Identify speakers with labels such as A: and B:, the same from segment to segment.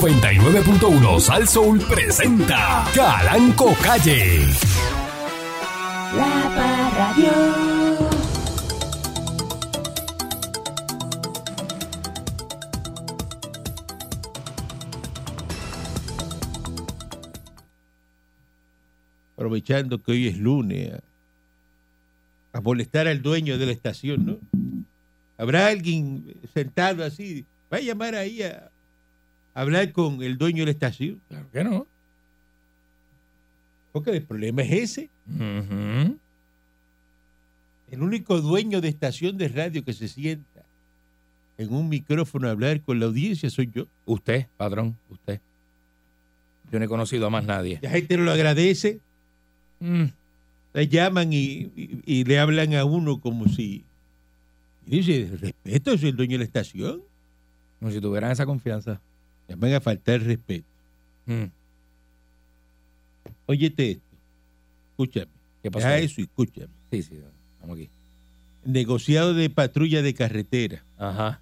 A: 99.1 Sal Soul presenta Calanco Calle.
B: La Parradio.
C: Aprovechando que hoy es lunes, a, a molestar al dueño de la estación, ¿no? Habrá alguien sentado así, va a llamar ahí a hablar con el dueño de la estación.
D: Claro que no.
C: Porque el problema es ese.
D: Ujú.
C: El único dueño de estación de radio que se sienta en un micrófono a hablar con la audiencia soy yo.
D: Usted, padrón, usted. Yo no he conocido a más nadie.
C: La gente no lo agradece,
D: Mm,
C: le llaman y, y- y le hablan a uno como si... Y dice, respeto, soy el dueño de la estación.
D: Como si tuvieran esa confianza.
C: Les van a faltar el respeto.
D: Mm,
C: Óyete esto, escúchame,
D: ¿Qué pasó?
C: deja eso y escúchame.
D: Sí, sí, estamos aquí.
C: Negociado de patrulla de carretera
D: Ajá.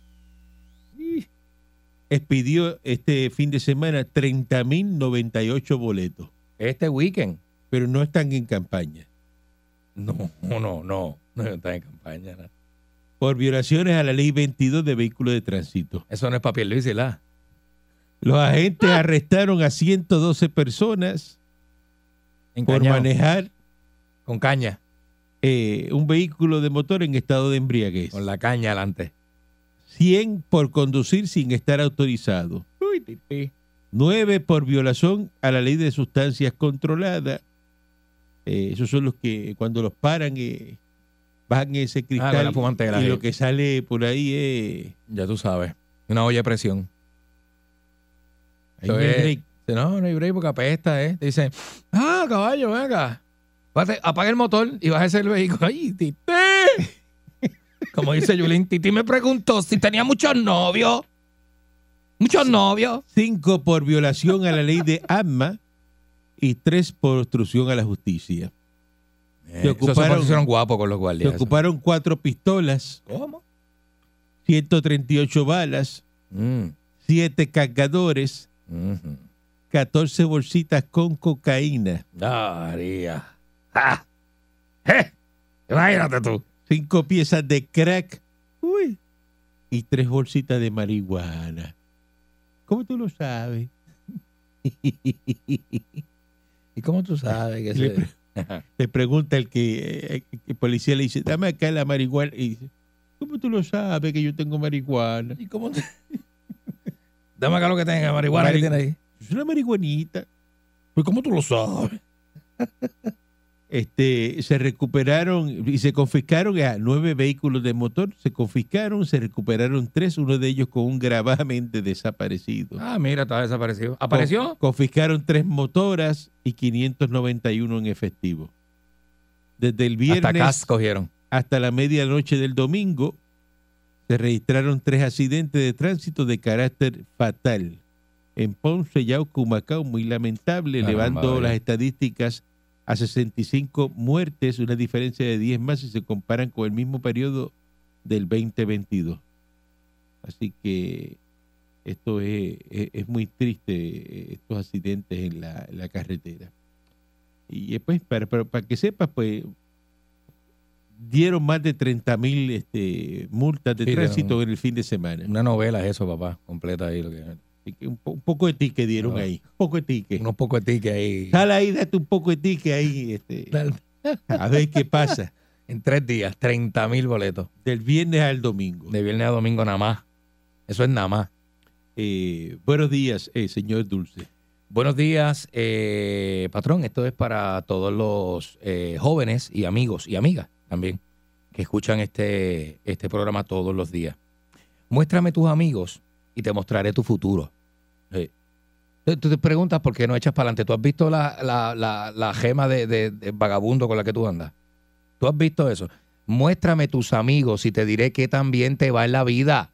C: expidió este fin de semana 30.098 boletos,
D: Este weekend.
C: pero no están en campaña.
D: No, no, no. No está en campaña. no.
C: por violaciones a la ley 22 de vehículos de tránsito.
D: Eso no es papel, Luis, ¿la?
C: Los agentes arrestaron a 112 personas por manejar
D: Con caña.
C: eh, un vehículo de motor en estado de embriaguez,
D: Con la caña adelante.
C: 100 por conducir sin estar autorizado,
D: Uy, tití.
C: 9 por violación a la ley de sustancias controladas. Eh, esos son los que cuando los paran eh, bajan ese
D: Ah, con
C: cristal
D: la fumantera.
C: y
D: eh.
C: lo que sale por ahí es...
D: Ya tú sabes. Una olla de presión.
C: ahí no hay
D: Eso es-
C: break.
D: Dice, no, no hay break porque apesta, ¿eh? Te dicen, ah, caballo, ven acá. Bate- apaga el motor y bájese el vehículo. ¡Ay, titi! Como dice Yulín, Titi me preguntó si tenía muchos novios. Muchos novios.
C: 5 por violación a la ley de AMMA y 3 por obstrucción a la justicia.
D: Eh,
C: Se
D: eso se
C: ocuparon-
D: pusieron guapos con los
C: Se
D: guardias. eso.
C: ocuparon 4 pistolas,
D: ¿Cómo?
C: 138 balas,
D: Mm,
C: 7 cargadores,
D: ujú.
C: 14 bolsitas con cocaína,
D: Daría. ¡Ah! ¡Eh! Imagínate tú.
C: 5 piezas de crack uy, y 3 bolsitas de marihuana. ¿Cómo tú lo sabes?
D: ¿Y cómo tú sabes que
C: Le
D: se-
C: pre- Le pregunta el que eh, el policía le dice, dame acá la marihuana. Y dice, ¿cómo tú lo sabes que yo tengo marihuana?
D: ¿Y cómo tú- Dame acá lo que tenga, marihuana que
C: Mari-
D: tiene ahí.
C: Es una marihuanita.
D: ¿Pero cómo tú lo sabes?
C: Este, se recuperaron y se confiscaron a nueve vehículos de motor, se confiscaron, se recuperaron tres, uno de ellos con un gravamen desaparecido.
D: Ah, mira, estaba desaparecido. ¿Apareció?
C: Con- confiscaron tres motoras y 591 en efectivo. Desde el viernes
D: Hasta cas cogieron.
C: hasta la medianoche del domingo se registraron tres accidentes de tránsito de carácter fatal en Ponce, Yauco, Macao, muy lamentable,
D: Caramba,
C: elevando
D: vaya.
C: las estadísticas a 65 muertes, una diferencia de 10 más si se comparan con el mismo periodo del 2022. Así que esto es, es- es muy triste, eh, estos accidentes en la, en la carretera. Y después, para, para- para que sepas, pues dieron más de 30 mil este, multas de
D: Sí, dieron-
C: tránsito en el fin de semana.
D: Una novela es eso, papá. Completa ahí. Lo que,
C: Así que un, po- un poco de ticket dieron
D: Ah.
C: ahí. Un poco de ticket.
D: unos pocos tickets ahí.
C: Sal ahí, date un poco de ticket ahí. Este, a ver qué pasa.
D: En tres días, 30 mil boletos.
C: Del viernes al domingo.
D: De viernes a domingo nada más. Eso es nada más.
C: Eh, buenos días, eh, señor Dulce.
D: Buenos días, eh, patrón. Esto es para todos los eh, jóvenes y amigos y amigas también que escuchan este, este programa todos los días. Muéstrame tus amigos y te mostraré tu futuro. Sí. Tú- Eh, Tú te preguntas por qué no echas para adelante. ¿Tú has visto la, la- la- la gema de, de- de vagabundo con la que tú andas? ¿Tú has visto eso? Muéstrame tus amigos y te diré qué tan bien te va en la vida.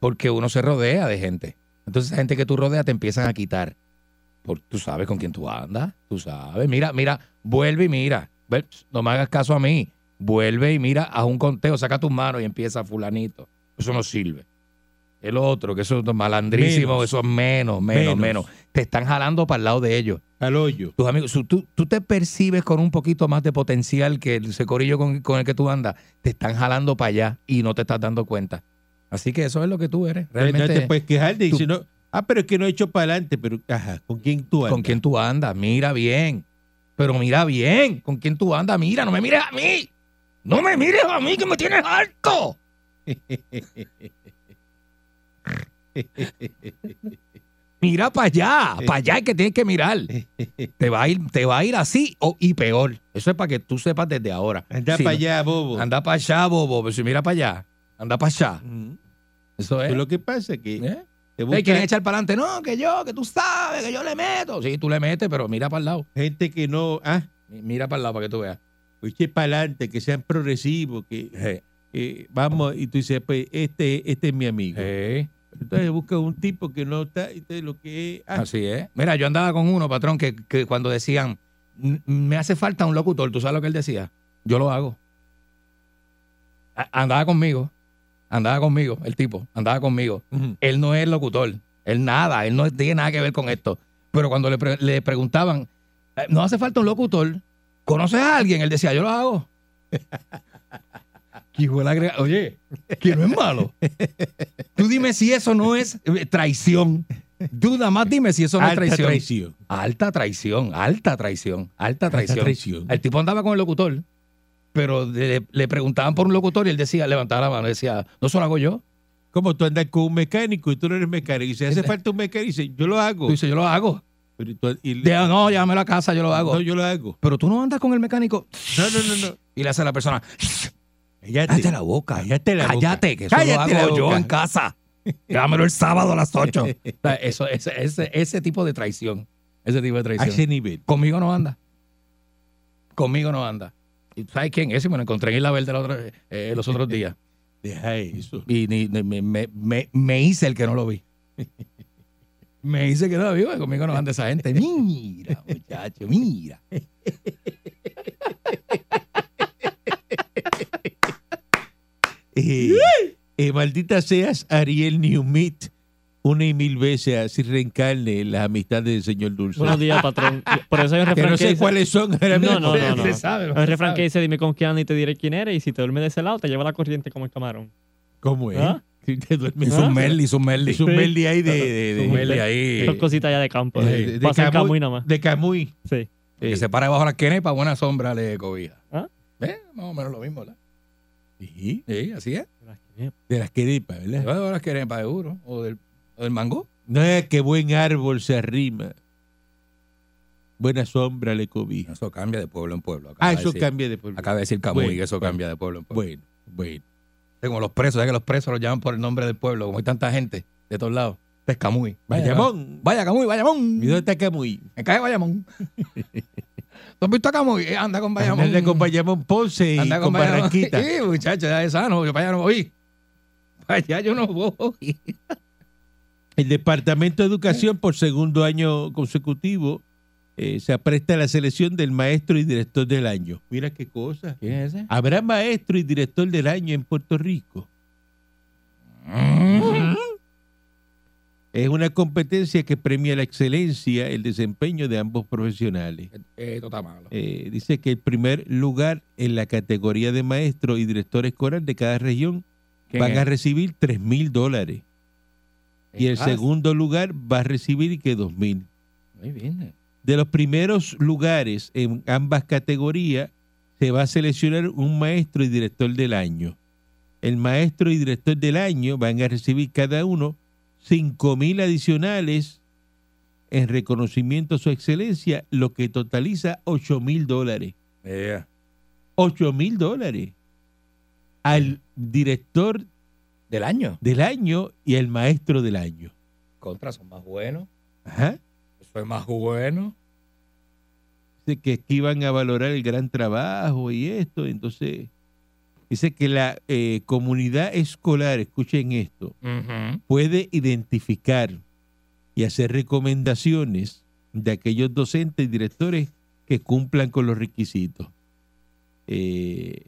D: Porque uno se rodea de gente. Entonces, esa gente que tú rodeas te empiezan a quitar. Por- tú sabes con quién tú andas, tú sabes. Mira, mira, vuelve y mira. Ve, ps, No me hagas caso a mí. Vuelve y mira, haz un conteo, saca tus manos y empieza fulanito. Eso no sirve. El otro, que eso es malandrísimo,
C: Menos.
D: eso es menos, menos,
C: Menos.
D: menos. Te están jalando para el lado de ellos.
C: al hoyo.
D: Tus amigos, su- tú, tú te percibes con un poquito más de potencial que el- ese corillo con, con el que tú andas. Te están jalando para allá y no te estás dando cuenta. Así que eso es lo que tú eres.
C: Pues, no te
D: Realmente,
C: puedes quejar de
D: tú-
C: si no, ah, pero es que no he hecho para adelante, pero ajá, ¿con quién tú andas?
D: con quién tú andas, mira bien. Pero mira bien, con quién tú andas, mira, no me mires a mí. No me mires a mí que me tienes harto. Mira para allá, para allá es que tienes que mirar. Te va a ir, te va a ir así o, y peor. Eso es para que tú sepas desde ahora.
C: Anda
D: Si
C: para
D: no-
C: allá, bobo.
D: Anda para allá, bobo. pero Si mira para allá, anda para allá.
C: Mm.
D: Eso es.
C: Pero lo que pasa es que
D: ¿Eh?
C: te
D: Ustedes quieren
C: buscan
D: echar para adelante. No, que yo, que tú sabes, que yo le meto. Sí, tú le metes, pero mira para el lado.
C: gente que no, ah, pues,
D: Mi- Mira para el lado para que tú veas.
C: eche para adelante, que sean progresivos, que
D: Eh,
C: eh, vamos, y tú dices, pues este, este es mi amigo.
D: eh,
C: Entonces buscas un tipo que no está, entonces lo que es, ah,
D: Así es. Mira, yo andaba con uno, patrón, que, que cuando decían, "N- me hace falta un locutor, ¿tú sabes lo que él decía? Yo lo hago. A- andaba conmigo. Andaba conmigo, el tipo. Andaba conmigo.
C: ujú.
D: él no es locutor, él nada, él no tiene nada que ver con esto. Pero cuando le, pre- le preguntaban, eh, no hace falta un locutor, ¿conoces a alguien? Él decía, yo lo hago. Que hijo de la gre- Oye, que no es malo. Tú dime si eso no es eh, traición. Tú nada más dime si eso no es
C: Alta
D: traición.
C: traición.
D: Alta traición, alta traición, alta traición.
C: traición.
D: El tipo andaba con el locutor, pero le, le preguntaban por un locutor y él decía, levantaba la mano, decía, no eso lo hago yo.
C: Como tú andas con un mecánico y tú no eres mecánico, y si hace falta un mecánico, dice, yo lo hago.
D: Tú dices, yo lo hago.
C: Pero tú- y le-
D: Pues, De- no, llámame a la casa, yo lo hago.
C: No, yo lo hago.
D: Pero tú no andas con el mecánico.
C: No, no, no, no.
D: Y le hace a la persona,
C: Cállate.
D: cállate la boca.
C: Cállate la boca.
D: Cállate, que eso
C: Cállate
D: lo
C: la
D: hago yo
C: boca.
D: en casa. Llámelo el sábado a las 8. eso, ese, ese, ese tipo de traición. Ese tipo de
C: A
D: traición.
C: ese nivel.
D: Conmigo no anda. Conmigo no anda. ¿Y tú sabes quién es? Y me lo encontré en Isla Verde la otra, vez, eh, los otros días.
C: Deja eso.
D: Y ni- ni- me, me- me- me hice el que no lo vi. Me hice el que no lo vi, porque conmigo no anda esa gente. Mira, muchacho, mira.
C: Eh, eh, maldita seas Ariel Newmit. Una y mil veces así reencarne las amistades del señor Dulce.
E: Buenos días, patrón. Por eso hay un
C: que
E: refrán
C: no
E: que
C: sé
E: dice-
C: cuáles son. ahora
E: No,
C: mismo.
E: no, no, no.
D: Se sabe,
E: hay
D: se
E: un refrán
D: sabe.
E: que dice, dime con quién andas y te diré quién eres, y si te duermes de ese lado, te lleva la corriente como el camarón.
C: ¿Cómo es?
E: ¿Ah?
C: Si te duermes.
D: Hizo un Merli, hizo un Merli.
C: Es un
E: Sí.
C: Merli ahí de, de, de,
D: Un Merli
E: Son
D: ahí.
E: cositas ya de campo.
C: de-
E: De,
C: de
E: Pasa el
C: Camuy.
E: Camuy nada más.
C: de Camuy.
E: Sí.
D: Que se para debajo de las quenas y para buena sombra le cobija.
E: ¿Ah?
D: ¿Ves? Más o menos lo mismo, ¿verdad?
C: Sí,
D: Sí, así es.
C: De las querepas, ¿verdad?
D: Debajo de las quenas para seguro. O del, o del mango.
C: No es que buen árbol se arrima. Buena sombra le cobija.
D: Eso cambia de pueblo en pueblo. Acaba
C: Ah,
D: de
C: eso
D: decir-
C: cambia después.
D: Acaba de decir Camuy,
C: Bueno,
D: que eso
C: bueno.
D: cambia de pueblo en pueblo.
C: Bueno, bueno.
D: Es como los presos, ¿sabes que los presos los llaman por el nombre del pueblo? Como hay tanta gente de todos lados. Este es Camuy.
C: Bayamón.
D: Vaya Camuy, Bayamón.
C: ¿Y dónde está Camuy?
D: Me cae Bayamón. ¿Tú has visto a Camuy? Eh, Anda con Bayamón.
C: Anda con Bayamón Ponce y
D: Anda
C: con,
D: Bayamón.
C: Barranquita.
D: Sí, muchacho, ya es sano. Yo para allá no voy. Para allá yo no voy.
C: El Departamento de Educación, por segundo año consecutivo, eh, se apresta a la selección del maestro y director del año. Mira qué cosa.
D: ¿Quién es ese?
C: ¿Habrá maestro y director del año en Puerto Rico?
D: Eh,
C: Es una competencia que premia la excelencia, el desempeño de ambos profesionales.
D: Esto está malo.
C: Eh, dice que el primer lugar en la categoría de maestro y director escolar de cada región
D: ¿Quién
C: van
D: es?
C: a recibir tres mil dólares. Y el
D: Ah,
C: segundo lugar va a recibir que dos mil.
D: Muy bien.
C: De los primeros lugares en ambas categorías, se va a seleccionar un maestro y director del año. El maestro y director del año van a recibir cada uno 5 mil adicionales en reconocimiento a su excelencia, lo que totaliza 8 mil dólares. 8 mil dólares al director
D: Del año.
C: del año y al maestro del año.
D: Contra son más buenos.
C: Ajá.
D: Soy más bueno.
C: dice que aquí iban a valorar el gran trabajo y esto. Entonces, dice que la eh, comunidad escolar, escuchen esto, puede identificar y hacer recomendaciones de aquellos docentes y directores que cumplan con los requisitos. Eh,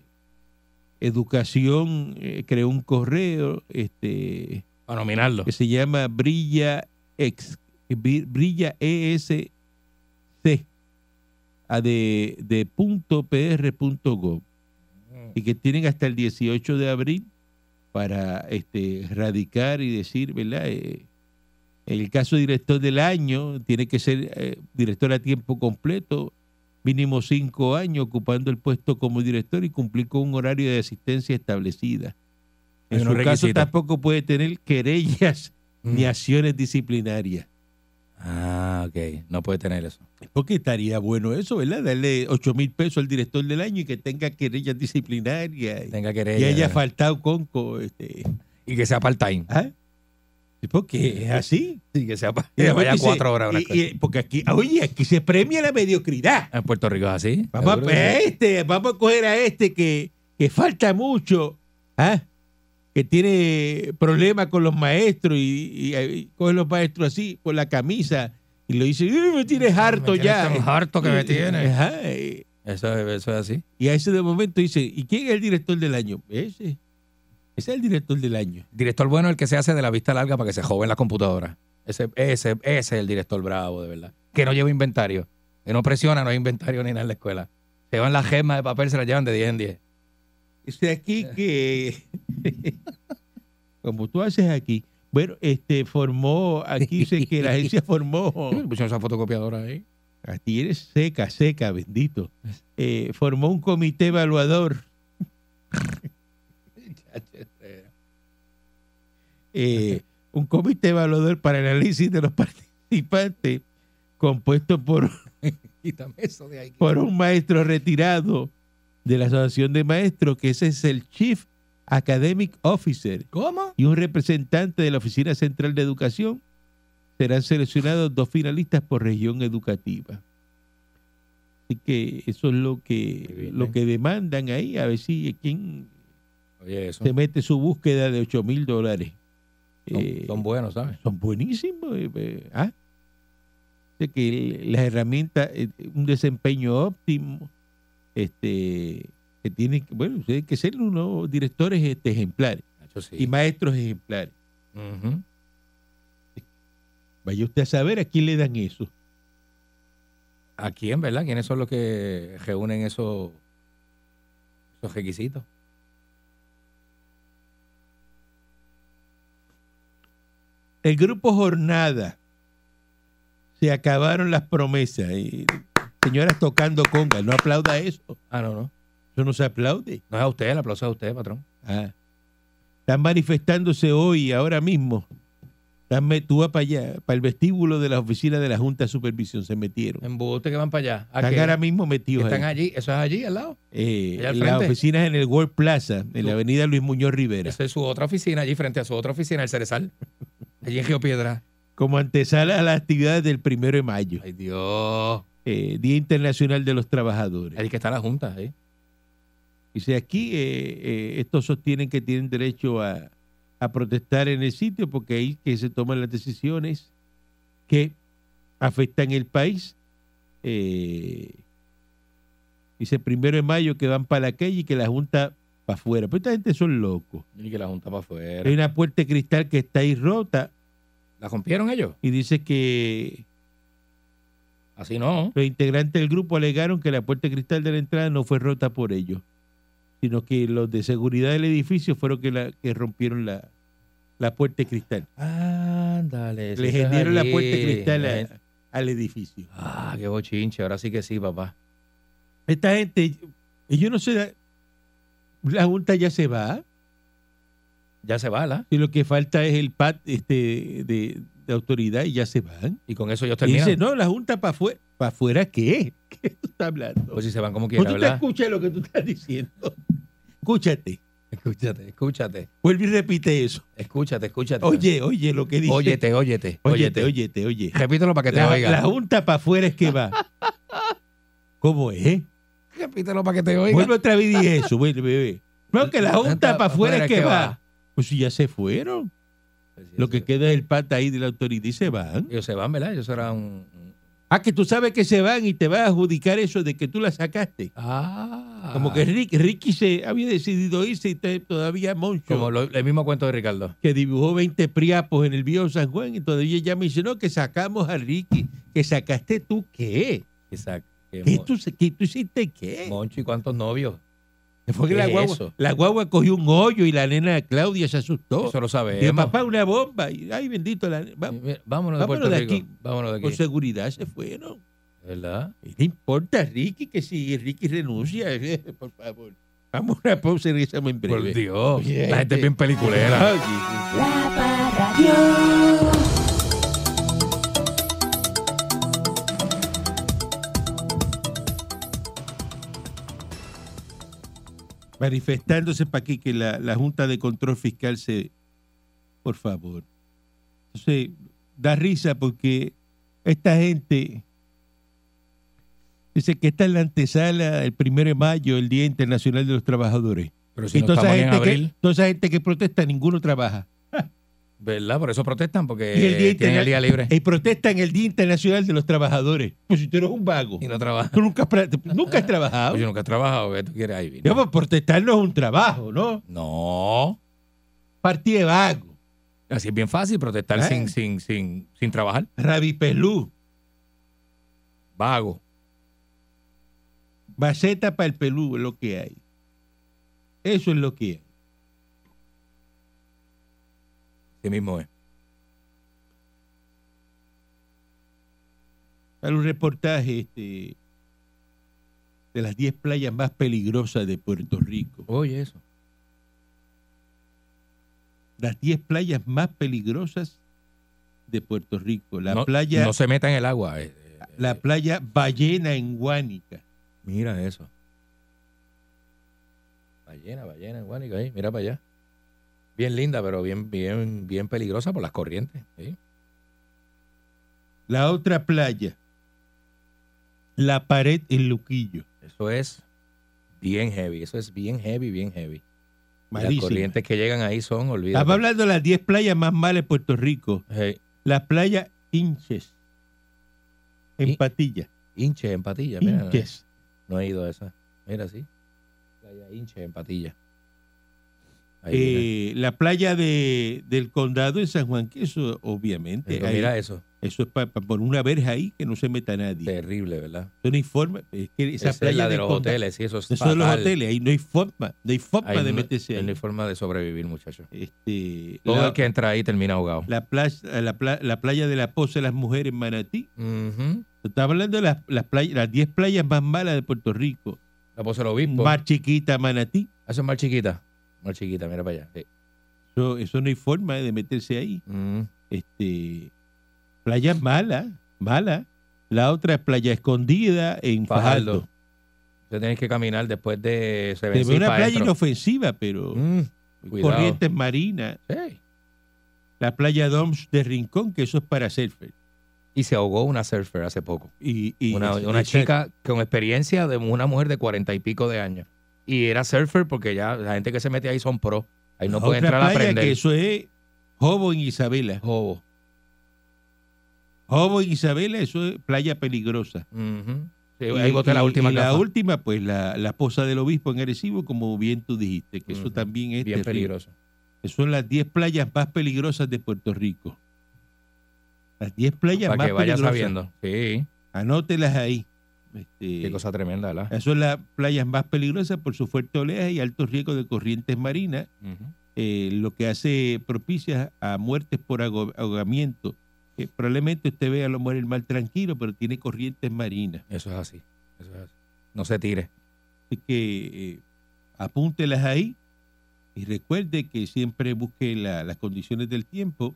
C: educación eh, creó un correo, este,
D: a nominarlo.
C: que se llama Brilla X, que bri- Brilla E ESC, a ah, de, de punto PR punto gov, y que tienen hasta el 18 de abril para este radicar y decir, ¿verdad? Eh, el caso director del año tiene que ser eh, director a tiempo completo, mínimo cinco años ocupando el puesto como director y cumplir con un horario de asistencia establecida.
D: Hay
C: En su
D: unos
C: caso
D: requisitos.
C: tampoco puede tener querellas
D: Mm.
C: ni acciones disciplinarias.
D: Ah, ok. No puede tener eso.
C: Porque estaría bueno eso, ¿verdad? Darle 8 mil pesos al director del año y que tenga querellas disciplinarias y-
D: Tenga que
C: y haya faltado con... co- este,
D: Y que sea part-time.
C: ¿ah? Sí, Porque es así.
D: Y que sea
C: Y
D: que
C: además
D: vaya
C: dice-
D: cuatro horas. a una
C: y-
D: escuela.
C: y- porque aquí, ah, oye, aquí se premia la mediocridad.
D: en Puerto Rico es así.
C: Vamos a,
D: Seguro
C: pe-
D: que sí.
C: este, vamos a coger a este que, que falta mucho, ¿ah? que tiene problemas con los maestros y, y- y coge los maestros así por la camisa y lo dice, "Uy, me tienes harto
D: Me tienes
C: ya.
D: tan harto que me tienes.
C: Ajá, eh,
D: Eso, es- eso es así.
C: Y a ese de momento dice, ¿y quién es el director del año? Ese. Ese es el director del año.
D: Director bueno es el que se hace de la vista larga para que se joven las computadoras. Ese, ese, ese es el director bravo, de verdad. Que no lleva inventario. Que no presiona, no hay inventario ni nada en la escuela. Se van las gemas de papel, se las llevan de 10 en 10.
C: Este aquí que... Como tú haces aquí. Bueno, este formó, aquí dice que la agencia formó...
D: Sí, Pusieron esa fotocopiadora ahí.
C: Así eres seca, seca, bendito. Eh, formó un comité evaluador eh, un comité evaluador para el análisis de los participantes, compuesto por,
D: Quítame eso de ahí.
C: por un maestro retirado de la Asociación de Maestros, que ese es el Chief Academic Officer,
D: ¿Cómo?
C: y un representante de la Oficina Central de Educación. Serán seleccionados dos finalistas por región educativa. Así que eso es lo
D: Muy
C: que,
D: bien,
C: lo
D: ¿eh?
C: que demandan ahí, a ver si eh, quién
D: Oye, eso.
C: se mete su búsqueda de 8 mil dólares.
D: Son,
C: Eh,
D: son buenos, ¿sabes?
C: son buenísimos. eh, eh, ah. Dice que el- las herramientas, eh, un desempeño óptimo, este que tiene que- bueno, ustedes hay que ser unos directores este, ejemplares
D: Nacho, sí.
C: y maestros ejemplares.
D: Ujú.
C: Vaya usted a saber a quién le dan eso.
D: ¿A quién, verdad? ¿Quiénes son los que reúnen esos, esos requisitos?
C: El grupo Jornada. Se acabaron las promesas. eh, señoras tocando conga, no aplauda eso.
D: Ah, no, no.
C: Eso no se aplaude.
D: No es a usted, el aplauso es a usted, patrón.
C: Ah. Están manifestándose hoy, ahora mismo. Están met- tú vas para allá, para el vestíbulo de la oficina de la Junta de Supervisión, se metieron.
D: Embuste Ah, que van para allá. ¿A
C: Están
D: qué?
C: ahora mismo eh.
D: Que
C: metidos
D: están
C: ahí.
D: allí. Eso es allí, al lado.
C: Eh,
D: allá al
C: las
D: frente.
C: oficinas en el World Plaza, en la
D: Tú.
C: avenida Luis Muñoz Rivera.
D: Esa es su otra oficina, allí frente a su otra oficina, el Cerezal. Allí en Río Piedra.
C: Como antesala a las actividades del primero de mayo,
D: Ay, Dios.
C: eh, Día Internacional de los Trabajadores.
D: Allí que está la Junta, ¿eh?
C: Dice aquí, eh, eh, estos sostienen que tienen derecho a, a protestar en el sitio porque ahí que se toman las decisiones que afectan el país. Eh, dice primero de mayo que van para la calle y que la Junta para afuera. Pero esta gente son locos.
D: Y que la Junta para afuera.
C: Hay una puerta de cristal que está ahí rota
D: ¿La rompieron ellos?
C: y dice que
D: Así no.
C: Los integrantes del grupo alegaron que la puerta de cristal de la entrada no fue rota por ellos, sino que los de seguridad del edificio fueron que, la, que rompieron la, la puerta de cristal.
D: Ándale.
C: Le
D: dieron
C: gendieron la puerta de cristal a- al edificio.
D: Ah, qué bochinche. Ahora sí que sí, papá.
C: Esta gente, y yo no sé, la- la Junta ya se va,
D: Ya se va, ¿la?
C: y lo que falta es el PAT este, de, de autoridad y ya se van.
D: Y con eso ellos
C: Y
D: terminan.
C: dice, no, la Junta para afuera, ¿para afuera qué? ¿Qué tú estás hablando?
D: Pues si se van como
C: No,
D: quiera,
C: tú te
D: ¿verdad?
C: escuchas lo que tú estás diciendo. Escúchate.
D: Escúchate, escúchate,
C: Vuelve y repite eso.
D: escúchate, escúchate.
C: Oye, oye lo que dice.
D: óyete, óyete,
C: óyete,
D: óyete.
C: óyete, oye.
D: Repítelo para que te
C: La,
D: oiga.
C: la junta para afuera es que va. ¿Cómo es? eh?
D: Repítelo para que te oiga.
C: Vuelve otra vez y di eso, vuelve, bebé. No, que la junta para afuera es que va. Pues si ya se fueron. Lo que queda es el pata ahí de la autoridad y se van.
D: Ellos se van, ¿verdad? Ellos serán un...
C: Ah, que tú sabes que se van y te vas a adjudicar eso de que tú la sacaste.
D: Ah,
C: Como que Rick- Ricky se había decidido irse y te- todavía Moncho,
D: Como lo- el mismo cuento de Ricardo.
C: que dibujó 20 priapos en el viejo San Juan, y todavía ya me dice, no, que sacamos a Ricky, que sacaste tú qué.
D: Exacto. Que
C: ¿Qué
D: Mon-
C: tú, se- qué tú hiciste qué?
D: Moncho y cuántos novios.
C: Fue que
D: ¿qué
C: la,
D: es
C: guagua,
D: eso?
C: la guagua cogió un hoyo y la nena Claudia se asustó.
D: Eso lo
C: De
D: sabemos.
C: Oh. papá una bomba. Y, ay, bendito. La, va-
D: Mira, Vámonos
C: Vámonos
D: de Puerto
C: de
D: Rico.
C: aquí.
D: Vámonos de aquí.
C: Con seguridad se fueron.
D: ¿Verdad?
C: ¿Y le importa a Ricky que si Ricky renuncia? Por favor. Vamos a una pausa y regresamos en breve.
D: Por Dios.
C: Oye, este,
D: La gente es bien peliculera.
C: Ay, sí, sí.
B: La Parra Dios.
C: manifestándose para aquí que la, la Junta de Control Fiscal se... Por favor. Entonces, da risa porque esta gente dice que está en la antesala el 1 de mayo, el Día Internacional de los Trabajadores.
D: Pero si
C: Y este
D: no
C: toda esa,
D: estamos en
C: gente
D: abril,
C: que, toda esa gente que protesta, ninguno trabaja.
D: ¿verdad? Por eso protestan, porque
C: Y el día
D: Eh, tienen el
C: interna-
D: día libre
C: Y protestan el Día Internacional de los Trabajadores. Pues si tú eres un vago,
D: y no trabajan.
C: tú nunca, has pra- nunca has trabajado.
D: Oye, nunca has trabajado, ¿qué tú quieres ahí? vino?
C: Digamos, protestar no es un trabajo, ¿no?
D: No.
C: Partida de vago,
D: Así es bien fácil protestar
C: ¿Eh?
D: sin, sin, sin, sin trabajar.
C: rabipelú,
D: Vago.
C: Maceta para el pelú es lo que hay. Eso es lo que hay.
D: Sí mismo es.
C: Hay un reportaje este, de las 10 playas más peligrosas de Puerto Rico.
D: Oye, eso.
C: Las 10 playas más peligrosas de Puerto Rico. La
D: no,
C: playa
D: no se meta en el agua. eh, eh,
C: la playa Ballena en Guánica.
D: Mira eso. Ballena, ballena, guánica ahí, mira para allá. Bien linda, pero bien, bien, bien peligrosa por las corrientes. ¿sí?
C: La otra playa, la pared en Luquillo.
D: Eso es bien heavy, eso es bien heavy, bien heavy. Las
C: Malísima.
D: corrientes que llegan ahí son, olvídate.
C: Estamos hablando de las 10 playas más malas de Puerto Rico.
D: Hey,
C: La playa Inches, en
D: Y-
C: Patilla.
D: hinche en patilla, mira. No,
C: Inches.
D: no he ido a esa. Mira, sí. Playa hinche en patilla. Ahí, mira.
C: Eh, la playa de, del condado en San Juan, que eso obviamente,
D: Pero
C: ahí-
D: mira eso.
C: eso es para poner una verja ahí que no se meta nadie.
D: Terrible, ¿verdad?
C: Eso no hay forma, es que esa
D: Esa es
C: playa
D: la de
C: del
D: los
C: condado-
D: hoteles, sí, eso es
C: Eso de los
D: fatal.
C: hoteles, ahí no hay forma, no hay forma
D: Ahí
C: de
D: no-
C: meterse ahí.
D: No hay forma de sobrevivir, muchachos.
C: Este,
D: Todo
C: la,
D: el que entra ahí termina ahogado.
C: la playa, la, pla- la playa de la Poza de las Mujeres en Manatí.
D: Ujú.
C: Estaba hablando de las, las playas, las 10 playas más malas de Puerto Rico.
D: La pose del obispo.
C: Mar Chiquita, Manatí.
D: Eso Ah, es más chiquita. Más chiquita, mira para allá. sí.
C: Eso, eso no hay forma de meterse ahí.
D: Mm.
C: este playas malas, malas. La otra es Playa Escondida en Fajardo.
D: Fajardo. Usted tiene que caminar después de se
C: Se ve
D: vencí
C: una
D: pa'
C: playa
D: dentro.
C: inofensiva, pero
D: Mm, cuidado.
C: corrientes marinas.
D: Sí.
C: La playa Doms de Rincón, que eso es para surfer.
D: Y se ahogó una surfer hace poco.
C: Y, y-
D: una
C: y-
D: una
C: y-
D: chica con experiencia de una mujer de cuarenta y pico de años. Y era surfer porque ya la gente que se mete ahí son pro. Ahí no
C: la
D: puede
C: Ah, otra
D: entrar a
C: playa
D: aprender.
C: que eso es Jobo en Isabela.
D: Jobo.
C: Jobo en Isabela, eso es playa peligrosa.
D: Ujú. Sí,
C: Y-
D: ahí boté la
C: y-
D: última
C: y la
D: gafa.
C: última, pues la, la posa del obispo en Arecibo, como bien tú dijiste, que eso
D: Ujú.
C: también es
D: Bien
C: terrible.
D: peligroso.
C: que son las 10 playas más peligrosas de Puerto Rico. Las 10 playas
D: Para
C: más
D: que vaya
C: peligrosas.
D: sabiendo. Sí.
C: Anótelas ahí. Este,
D: Qué cosa tremenda, ¿verdad?
C: esas son las playas más peligrosas por su fuerte oleaje y alto riesgo de corrientes marinas,
D: Ujú.
C: eh, lo que hace propicia a muertes por ago- ahogamiento. Que probablemente usted vea a lo mejor el mar tranquilo, pero tiene corrientes marinas.
D: Eso es así. Eso es así. No se tire.
C: Así que eh, apúntelas ahí y recuerde que siempre busque la- las condiciones del tiempo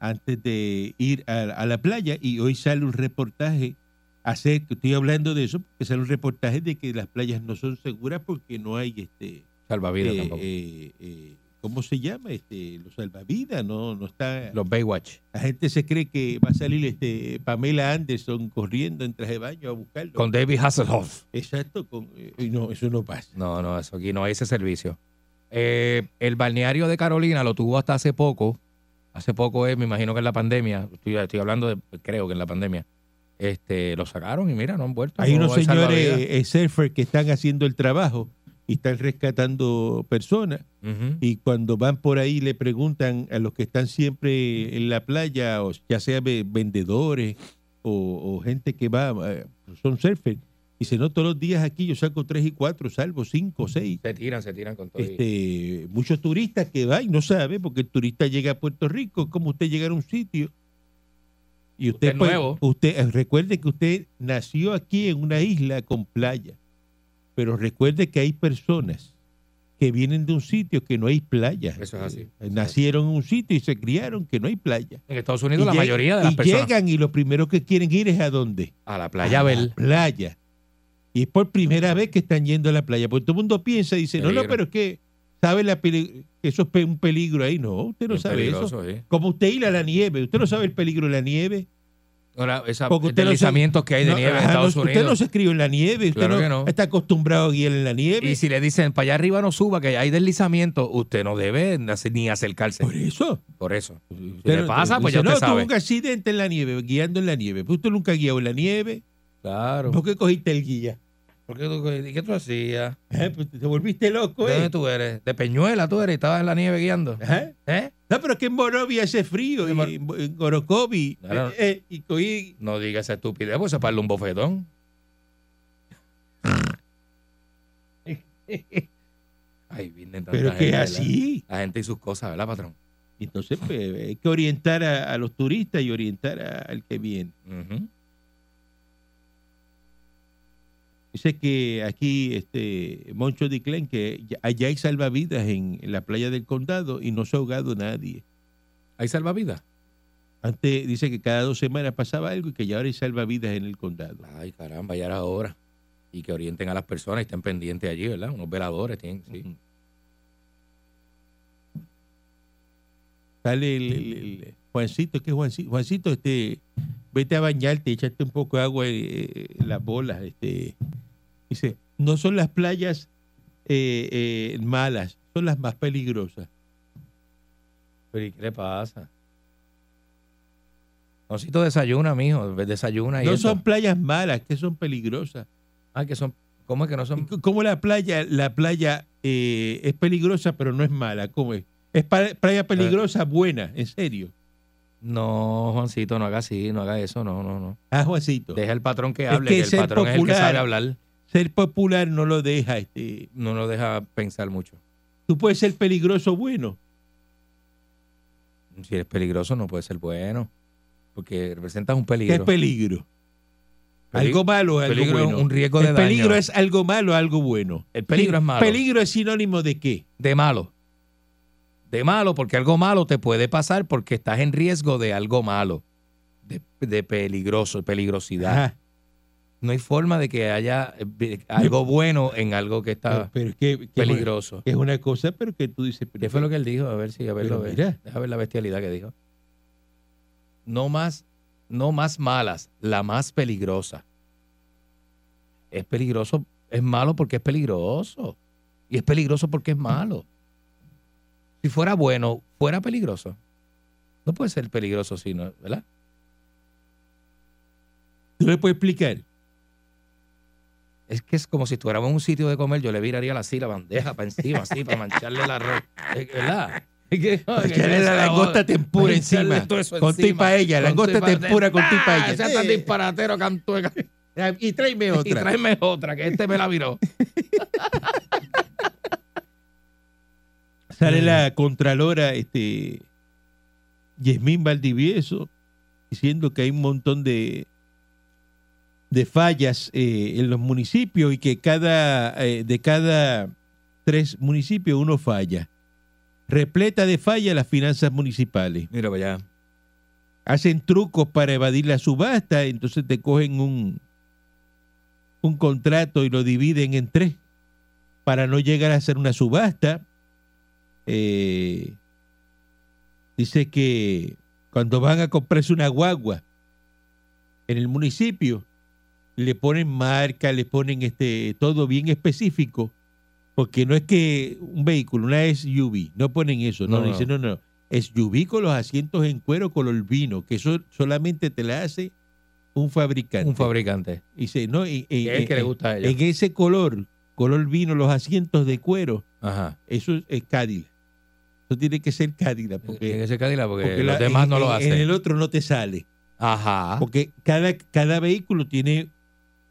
C: antes de ir a, a la playa. Y hoy sale un reportaje acerca, estoy hablando de eso, porque sale un reportaje de que las playas no son seguras porque no hay este.
D: Salvavidas
C: eh,
D: tampoco.
C: eh, eh, ¿Cómo se llama? Este, los salvavidas, no, no está.
D: Los Baywatch.
C: La gente se cree que va a salir este Pamela Anderson corriendo en traje de baño a buscarlo.
D: Con David Hasselhoff.
C: Exacto, con, eh, y no, eso no pasa.
D: No, no, eso aquí no hay ese servicio. Eh, el balneario de Carolina lo tuvo hasta hace pues, poco. Hace poco es, me imagino que en la pandemia. Estoy, estoy hablando de, creo que en la pandemia. Este, lo sacaron y mira, no han vuelto.
C: Hay
D: No
C: unos
D: hay
C: señores
D: salvavidas.
C: eh, surfers que están haciendo el trabajo y están rescatando personas.
D: Ujú.
C: Y cuando van por ahí le preguntan a los que están siempre en la playa, o ya sea ve- vendedores o, o gente que va, eh, son surfers, dice, no, todos los días aquí yo saco tres y cuatro, salvo cinco, seis.
D: Se tiran, se tiran con todo. y-
C: Este, muchos turistas que van y no saben, porque el turista llega a Puerto Rico, es como usted llegar a un sitio. Y
D: Usted
C: usted,
D: es
C: pues,
D: nuevo.
C: usted eh, recuerde que usted nació aquí en una isla con playa, pero recuerde que hay personas que vienen de un sitio que no hay playa.
D: Eso es así.
C: Eh, Nacieron en un sitio y se criaron que no hay playa.
D: En Estados
C: Y,
D: Unidos la
C: lleg-
D: mayoría de las
C: y
D: personas
C: llegan y lo primero que quieren ir es a dónde?
D: a la
C: a
D: playa Bel.
C: la playa. Y es por primera vez que están yendo a la playa. Porque todo el mundo piensa y dice, no, no,
D: Peligro.
C: pero es que sabe la peli- que eso es pe- un peligro ahí. No, usted no
D: Bien
C: sabe eso.
D: peligroso, sí.
C: Como usted ir a la nieve, usted no sabe el peligro de la nieve.
D: Ahora, esa,
C: Porque usted no
D: deslizamientos que hay de
C: No,
D: nieve en
C: ajá,
D: Estados
C: no, Usted no
D: Unidos.
C: se crió en la nieve, usted
D: Claro
C: no,
D: que no.
C: está acostumbrado a guiar en la nieve.
D: y si le dicen para allá arriba no suba, que hay deslizamientos, usted no debe hacer- ni acercarse.
C: Por eso.
D: Por eso.
C: Usted
D: le
C: no-
D: pasa, pues
C: dice,
D: ya usted
C: No,
D: sabe".
C: tuve un accidente en la nieve, guiando en la nieve. Pues usted nunca ha guiado en la nieve.
D: Claro.
C: ¿Por qué cogiste el guía?
D: ¿Por qué tú, ¿y ¿Qué tú hacías?
C: Ajá, pues te volviste loco,
D: ¿De dónde
C: ¿eh?
D: tú eres? De Peñuela tú eres y estabas en la nieve guiando.
C: Ajá.
D: ¿Eh?
C: No, pero es que en Morovia hace frío,
D: En Mor-
C: y en, Bo- en Orocovi,
D: Claro.
C: eh, eh, y cogí-
D: No digas esa estupidez, pues se parle un bofetón. Ay, vienen tanta
C: Pero que
D: gente,
C: es
D: ¿verdad?
C: así.
D: La gente y sus cosas, ¿verdad, patrón?
C: Entonces, pues, hay que orientar a, a los turistas y orientar a- al que viene.
D: Ujú.
C: Dice que aquí, este, Moncho Diclen, que ya- allá hay salvavidas en, en la playa del condado y no se ha ahogado nadie.
D: ¿Hay salvavidas?
C: Antes dice que cada dos semanas pasaba algo y que ya ahora hay salvavidas en el condado.
D: Ay, caramba, ya era hora. Y que orienten a las personas y estén pendientes allí, ¿verdad? Unos veladores tienen, sí.
C: Ujú. Sale el, el- el- Juancito, que Juancito, Juancito, este, vete a bañarte, échate un poco de agua eh, en las bolas, este. Dice, no son las playas eh, eh, malas, son las más peligrosas.
D: Pero ¿y qué le pasa? Noncito desayuna, mijo. Desayuna y
C: No
D: eso.
C: son playas malas, que son peligrosas.
D: Ay, que son... ¿Cómo es que no son...?
C: C- Como la playa, la playa eh, es peligrosa, pero no es mala, ¿cómo es? Es pa- playa
D: Ah.
C: peligrosa, buena, en serio.
D: No, Juancito, no haga así, no haga eso, no, no, no.
C: Ah, Juancito.
D: Deja el patrón que
C: Es
D: hable,
C: que
D: que,
C: ser
D: el patrón es el que
C: popular-
D: sabe hablar.
C: Ser popular no lo deja, este.
D: No lo deja pensar mucho.
C: Tú puedes ser peligroso bueno.
D: Si eres peligroso, no puedes ser bueno. Porque representas un
C: ¿Qué es
D: peligro.
C: peligro?
D: Peli-
C: Algo malo es algo
D: peligro es
C: bueno.
D: un riesgo de
C: el
D: daño.
C: peligro es algo malo, algo bueno.
D: El peligro es malo.
C: Peligro es sinónimo de qué?
D: de malo. De malo, porque algo malo te puede pasar porque estás en riesgo de algo malo. De, de peligroso, peligrosidad.
C: Ajá.
D: No hay forma de que haya eh, de- algo bueno en algo que
C: Pero,
D: está
C: pero es que, que
D: peligroso.
C: Es una cosa, pero que tú dices. pero
D: ¿Qué fue lo que él dijo? A ver si, a ver,
C: Pero
D: lo ve.
C: mira.
D: Deja ver la bestialidad que dijo. No más, no más malas, la más peligrosa. Es peligroso, es malo porque es peligroso. Y es peligroso porque es malo. Si fuera bueno, fuera peligroso. No puede ser peligroso si no, ¿verdad?
C: ¿Tú le puedes explicar?
D: Es que es como si estuviéramos en un sitio de comer, yo le viraría así la bandeja para encima, así, para mancharle el arroz. Es- ¿Verdad? Es que-
C: Echarle la langosta tempura
D: Echarle
C: encima.
D: todo eso
C: Con tu y
D: encima.
C: paella,
D: Con tu
C: langosta
D: y pa-
C: tempura con tu y
D: ¡Ah!
C: paella.
D: Sea tan
C: Eh.
D: disparatero, cantueca.
C: Y tráeme
D: Y
C: otra.
D: tráeme otra, que este me la viró.
C: Sale la Contralora este, Yasmín Valdivieso diciendo que hay un montón de, de fallas eh, en los municipios y que cada eh, de cada tres municipios uno falla. Repleta de fallas las finanzas municipales.
D: Mira para allá.
C: Hacen trucos para evadir la subasta, entonces te cogen un, un contrato y lo dividen en tres para no llegar a hacer una subasta. Eh, dice que cuando van a comprarse una guagua en el municipio, le ponen marca, le ponen este todo bien específico, porque no es que un vehículo, una SUV, no ponen eso, no,
D: No, no.
C: dicen, no, no, SUV con los asientos en cuero color vino, que eso solamente te la hace un fabricante.
D: Un fabricante.
C: Y dice, no, en, en-
D: Y es el que le gusta a ella.
C: en ese color, color vino, los asientos de cuero,
D: Ajá.
C: eso es, es Cadillac. Eso tiene que ser Cadillac,
D: en
C: porque,
D: ese Cadillac, porque,
C: porque
D: Eh, pues, los
C: la-
D: demás
C: en-
D: no lo
C: en-
D: hacen. Ah.
C: En el otro no te sale,
D: Ajá.
C: porque cada, cada vehículo tiene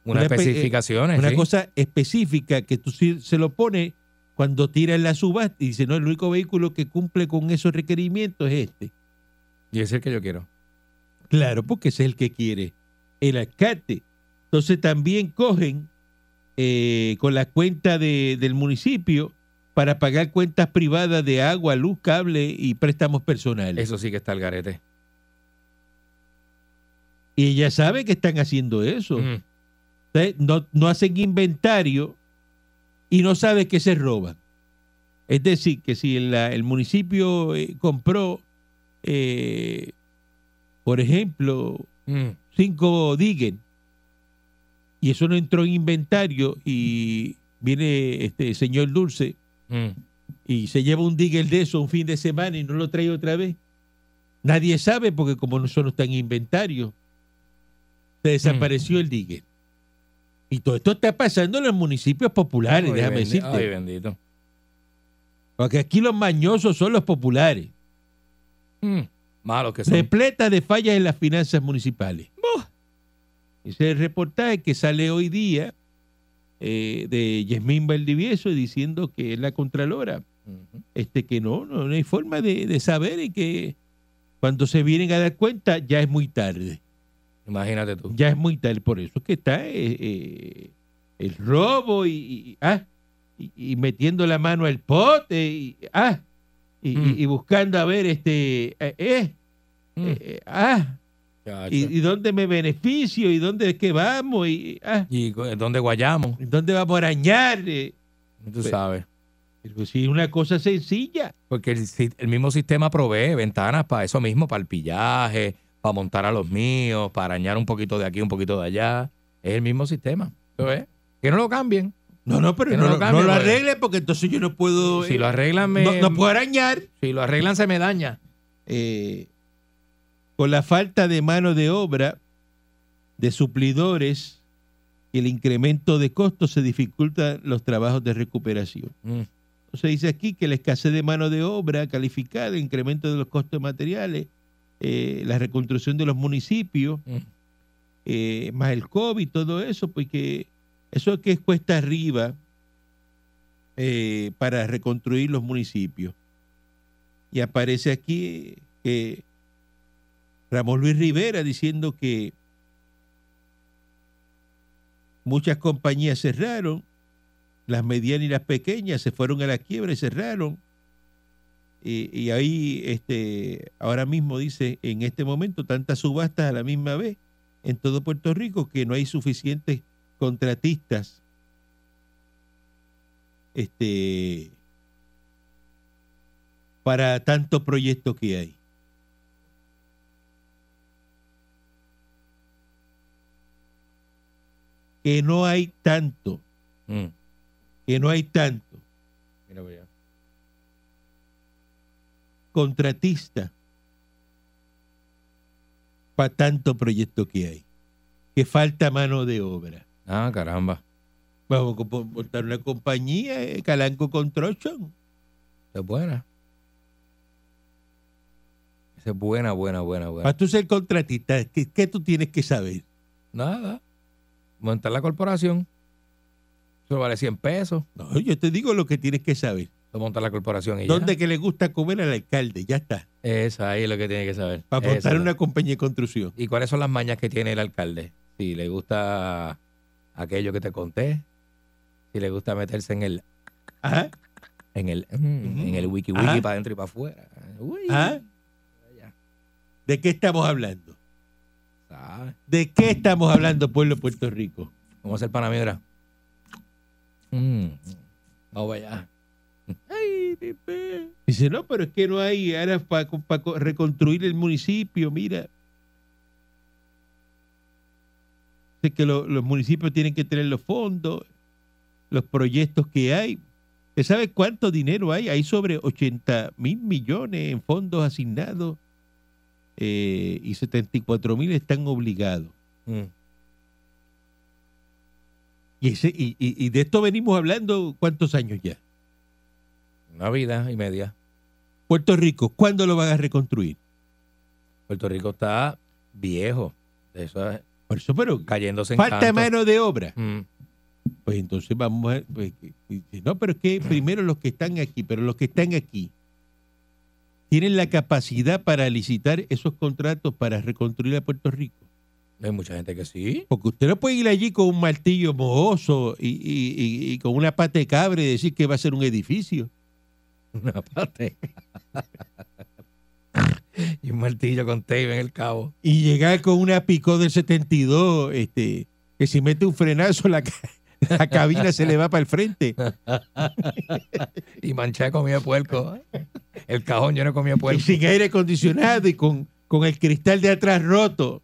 D: Unas
C: una espe-
D: especificaciones.
C: una
D: sí.
C: cosa específica que tú sí se lo pones cuando tiras la subasta y dice, no, el único vehículo que cumple con esos requerimientos es este.
D: Y es el que yo quiero.
C: Claro, porque ese es el que quiere, el alcalde. Entonces también cogen eh, con la cuenta de- del municipio para pagar cuentas privadas de agua, luz, cable y préstamos personales.
D: Eso sí que está el garete.
C: Y ella sabe que están haciendo eso.
D: Mm.
C: Entonces, No, no hacen inventario y no sabe que se roban. Es decir, que si el, la- el municipio eh, compró, eh, por ejemplo,
D: Mm.
C: cinco Digen y eso no entró en inventario y viene este señor Dulce
D: Mm.
C: y se lleva un Digel de eso un fin de semana y no lo trae otra vez. Nadie sabe porque como no, eso no está en inventario,
D: Mm.
C: se desapareció el Digel. Y todo esto está pasando en los municipios populares,
D: Ay,
C: déjame
D: bendi-
C: decirte.
D: Ay, bendito.
C: Porque aquí los mañosos son los populares.
D: Mm. Malos que son.
C: repleta de fallas en las finanzas municipales. Ese es el reportaje que sale hoy día eh, de Yasmín Valdivieso diciendo que es la Contralora,
D: Ujú.
C: este que no, no, no hay forma de, de saber y que cuando se vienen a dar cuenta ya es muy tarde.
D: Imagínate tú.
C: Ya es muy tarde, por eso es que está eh, eh, el robo y, y- ah, y- y metiendo la mano al pote y, ah, y,
D: Mm.
C: y- y buscando a ver este... eh, eh,
D: Mm.
C: eh, eh, ah,
D: Chacho.
C: y, y dónde me beneficio y dónde es que vamos y ah,
D: ¿Y cu- dónde guayamos? Pues,
C: ¿y dónde vamos a arañar. eh?
D: Tú sabes.
C: Pero si es una cosa sencilla,
D: Porque el, si- el mismo sistema provee ventanas para eso mismo, para el pillaje, para montar a los míos, para arañar un poquito de aquí, un poquito de allá. Es el mismo sistema. ¿Lo ves? Que no lo cambien.
C: no, no,
D: Que
C: pero
D: no
C: no,
D: lo
C: lo-
D: cambie,
C: no lo
D: pues.
C: arregle porque entonces yo no puedo,
D: Si
C: eh,
D: lo arreglan, me-
C: no, no puedo arañar.
D: si lo arreglan se me daña.
C: eh, con la falta de mano de obra, de suplidores y el incremento de costos se dificultan los trabajos de recuperación.
D: Mm.
C: Se dice aquí que la escasez de mano de obra calificada, el incremento de los costos materiales, eh, la reconstrucción de los municipios,
D: Mm.
C: eh, más el COVID, todo eso, pues que eso que es cuesta arriba eh, para reconstruir los municipios. Y aparece aquí que Ramón Luis Rivera diciendo que muchas compañías cerraron, las medianas y las pequeñas se fueron a la quiebra y cerraron. Y, y ahí, este, ahora mismo dice, en este momento, tantas subastas a la misma vez en todo Puerto Rico que no hay suficientes contratistas este, para tanto proyecto que hay. Que no hay tanto,
D: Mm.
C: que no hay tanto
D: Mira para allá.
C: contratista para tanto proyecto que hay. Que falta mano de obra.
D: Ah, caramba.
C: Vamos a compo- montar una compañía, eh, Calanco Construction.
D: Esa es buena. Esa es buena, buena, buena, buena.
C: Para tú ser contratista, ¿qué, qué tú tienes que saber?
D: Nada. Montar la corporación. Eso vale 100 pesos.
C: No, yo te digo lo que tienes que saber.
D: Eso montar la corporación y ya.
C: ¿Dónde que le gusta comer al alcalde? Ya está.
D: Esa ahí es lo que tiene que saber.
C: Para montar
D: Eso.
C: una compañía de construcción.
D: ¿Y cuáles son las mañas que tiene el alcalde? Si le gusta aquello que te conté, si le gusta meterse en el
C: Ajá,
D: en el mm,
C: Ujú.
D: en el wiki wiki
C: Ah.
D: para adentro y para afuera. Uy,
C: ajá. ¿De qué estamos hablando?
D: ¿sabes?
C: ¿De qué estamos hablando, pueblo de Puerto Rico?
D: Vamos a hacer para mí, mira. Mm, Vamos allá. Ay, bebé.
C: Dice, no, pero es que no hay ahora para reconstruir el municipio, mira. Dice que lo- los municipios tienen que tener los fondos, los proyectos que hay. ¿Usted sabe cuánto dinero hay? Hay sobre 80 mil millones en fondos asignados eh, y 74 mil están obligados.
D: Mm.
C: Y, ese- y- y- y de esto venimos hablando cuántos años ya.
D: Una vida y media.
C: Puerto Rico, ¿cuándo lo van a reconstruir?
D: Puerto Rico está viejo. Eso es
C: Por eso, pero
D: cayéndose en
C: falta
D: canto.
C: mano de obra.
D: Mm.
C: Pues entonces vamos a... pues, que- que- no, pero es que primero los que están aquí, pero los que están aquí tienen la capacidad para licitar esos contratos para reconstruir a Puerto Rico.
D: Hay mucha gente que sí.
C: Porque usted no puede ir allí con un martillo mohoso y, y- y- y con una pata de cabra y decir que va a ser un edificio.
D: Una parte. y un martillo con tape en el cabo.
C: Y llegar con una picó del 72, este, que si mete un frenazo la, ca- la cabina se le va para el frente.
D: Y manchar de comida de puerco. El cajón lleno de comida de
C: Y
D: puerco.
C: sin aire acondicionado y con, con el cristal de atrás roto.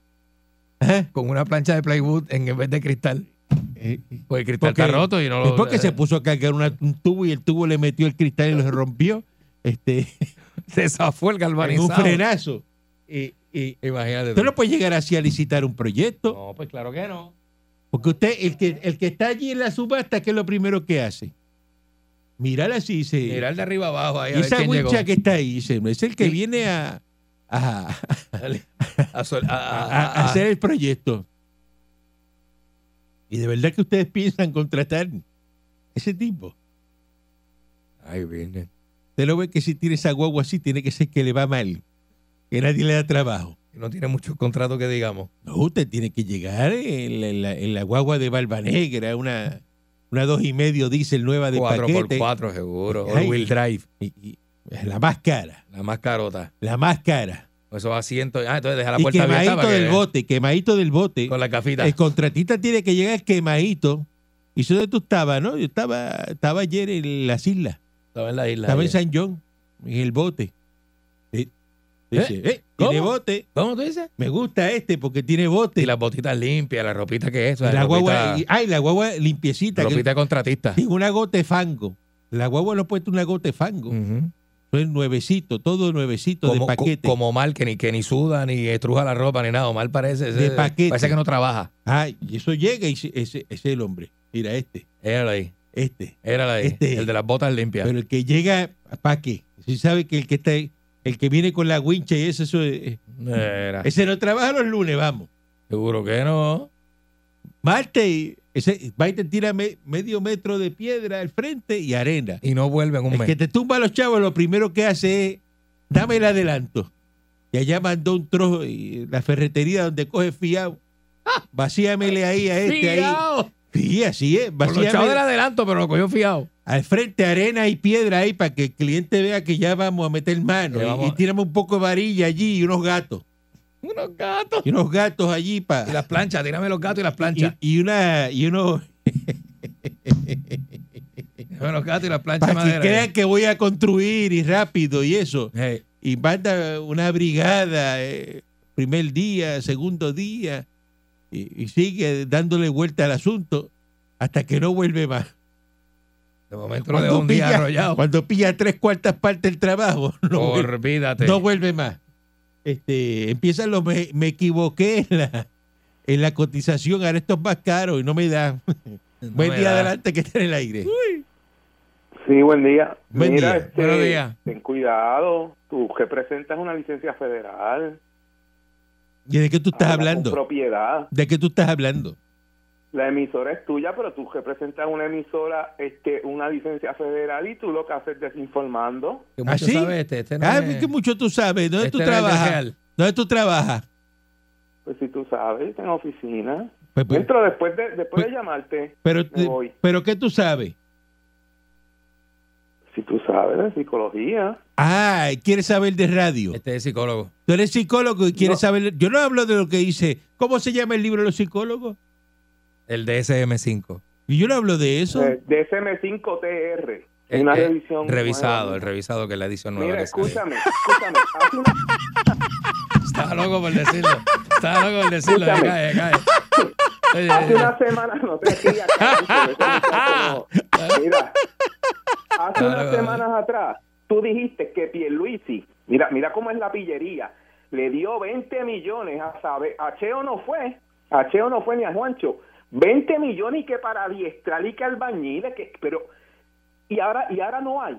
C: ¿Ah?
D: Con una plancha de playwood en en vez de cristal.
C: Eh,
D: Pues el cristal
C: Porque-
D: está roto y no
C: Es
D: lo.
C: porque se puso a cargar una- un tubo y el tubo le metió el cristal y lo rompió este,
D: se zafó el
C: en un
D: galvanizado.
C: frenazo. Eh, eh,
D: Imagínate.
C: usted no puede llegar así a licitar un proyecto.
D: No, pues claro que no.
C: Porque usted, el que, el que está allí en la subasta, ¿qué es lo primero que hace? Mirar así, dice.
D: Mirar de arriba abajo ahí
C: y
D: a ver
C: esa
D: quién llegó.
C: wincha que está ahí, dice, no es el que
D: Sí.
C: viene a, a-
D: A sol- a-
C: a-
D: a-
C: a- a
D: a-
C: hacer el proyecto. Y de verdad que ustedes piensan contratar ese tipo.
D: Ay, viene.
C: Usted lo ve que si tiene esa guagua así, tiene que ser que le va mal. Que nadie le da trabajo.
D: No tiene muchos contratos que digamos.
C: No, usted tiene que llegar en la, en la- en la guagua de Barba Negra, una, una dos y medio diésel nueva de paquete.
D: 4x4 seguro. All wheel drive.
C: Y- y- la más cara,
D: La más carota.
C: la más cara.
D: Esos asientos. Ah, entonces deja la
C: y
D: puerta abierta.
C: quemadito
D: para
C: del
D: que-
C: bote, quemadito del bote.
D: Con la cafita.
C: El contratista tiene que llegar quemadito. ¿Y eso de tú estabas, no? Yo estaba, estaba ayer en las islas.
D: Estaba en la isla.
C: estaba en
D: ayer.
C: San John, en el bote. Eh, dice, eh,
D: ¿Cómo?
C: tiene bote.
D: ¿Cómo tú dices?
C: Me gusta este porque tiene bote.
D: Y las botitas limpias, la ropita que es.
C: Y la
D: ropita,
C: guagua, y- ay, la guagua limpiecita. que-
D: ropita de contratista.
C: sin una gota de fango. La guagua no ha puesto una gota de fango.
D: Ujú.
C: Eso es nuevecito, todo nuevecito
D: Mm. Como,
C: de paquete.
D: co- como mal, que ni, que ni suda, ni estruja la ropa, ni nada. Mal parece. ese-
C: De paquete.
D: Parece que no trabaja.
C: Ay, y eso llega y se- ese, ese es el hombre. Mira, este,
D: Era ahí.
C: este.
D: Era ahí.
C: Este-
D: El de las botas limpias.
C: Pero el que llega, ¿para qué? Si sabe que el que está, el que viene con la wincha y eso, eso es-
D: Era.
C: ese no trabaja los lunes, vamos.
D: Seguro que no.
C: Marte, y ese, va y te tira me- medio metro de piedra al frente y arena.
D: Y no vuelve en un
C: El
D: mes.
C: que te tumba a los chavos, lo primero que hace es, dame el adelanto. Y allá mandó un trozo y la ferretería donde coge fiado. Vacíamele ahí a este ahí.
D: Fiao.
C: Sí, así es.
D: Por los chavos del
C: Vacíamele.
D: adelanto, pero lo cogió fiado.
C: Al frente arena y piedra ahí para que el cliente vea que ya vamos a meter mano.
D: Ya
C: Y-
D: vamos
C: Y,
D: a-
C: tiramos un poco de varilla allí y unos gatos.
D: Unos gatos.
C: Y unos gatos allí
D: Y
C: para...
D: las planchas, tírame los gatos y las
C: Y,
D: planchas.
C: y una... Y uno...
D: Tírame los gatos y las planchas de
C: Para que
D: madera. eh.
C: crean que voy a construir y rápido y eso.
D: Hey,
C: y manda una brigada, eh, primer día, segundo día, y, y sigue dándole vuelta al asunto hasta que no vuelve más.
D: de momento lo dejó un día
C: pilla,
D: arrollado.
C: cuando pilla tres cuartas partes del trabajo, no, vuelve,
D: Olvídate.
C: no vuelve más. Este, empiezan los me, me equivoqué en la, en la cotización, ahora esto es más caro y no me da.
D: No
C: Buen
D: me
C: día
D: da.
C: adelante que está en el aire.
F: Sí, buen día.
C: Buen día.
F: este,
D: Buenos días.
F: Ten cuidado, tú que presentas una licencia federal.
C: ¿Y de qué tú estás
F: habla con
C: hablando?
F: propiedad.
C: ¿De qué tú estás hablando?
F: La emisora es tuya, pero tú que presentas una emisora, este, una licencia federal y tú lo que haces es desinformando.
D: Que mucho
C: ¿Ah, sí?
D: sabe este, este no
C: Ah,
D: es-
C: que mucho tú sabes. ¿Dónde
D: este
C: tú
D: no es del
C: trabajas?
D: real.
C: ¿Dónde tú trabajas?
F: Pues si tú sabes, tengo oficina.
C: Pues, pues,
F: Entro después de, después
C: pues-
F: de llamarte,
C: Pero,
F: Me voy.
C: pero ¿qué tú sabes?
F: si tú sabes de psicología.
C: Ah, quieres saber de radio.
D: Este es psicólogo.
C: Tú eres psicólogo y quieres
F: No.
C: saber. Yo no hablo de lo que dice. ¿Cómo se llama el libro de los psicólogos?
D: El DSM-5.
C: Y yo no hablo de eso. Eh,
F: eh, DSM-5TR.
D: El-
F: una
D: el
F: revisión.
D: Este, Revisado,
F: nueva.
D: el revisado que es la edición nueva.
F: Mira,
D: que sale.
F: escúchame, escúchame. haz una-
D: Estaba loco por decirlo. Estaba loco por decirlo. Me
F: Escúchame.
D: cae, me cae. Oye,
F: Hace
D: oye,
F: una semana no te rías, Carlitos, ese muchacho no. Mira, hace
D: Claro,
F: unas
D: claro.
F: semanas atrás tú dijiste que Pierluisi, mira, mira cómo es la pillería, le dio 20 millones a sabe, a Cheo no fue A Cheo no fue ni a Juancho. 20 millones y que para diestral y que albañiles, que, pero... Y ahora, y ahora no hay.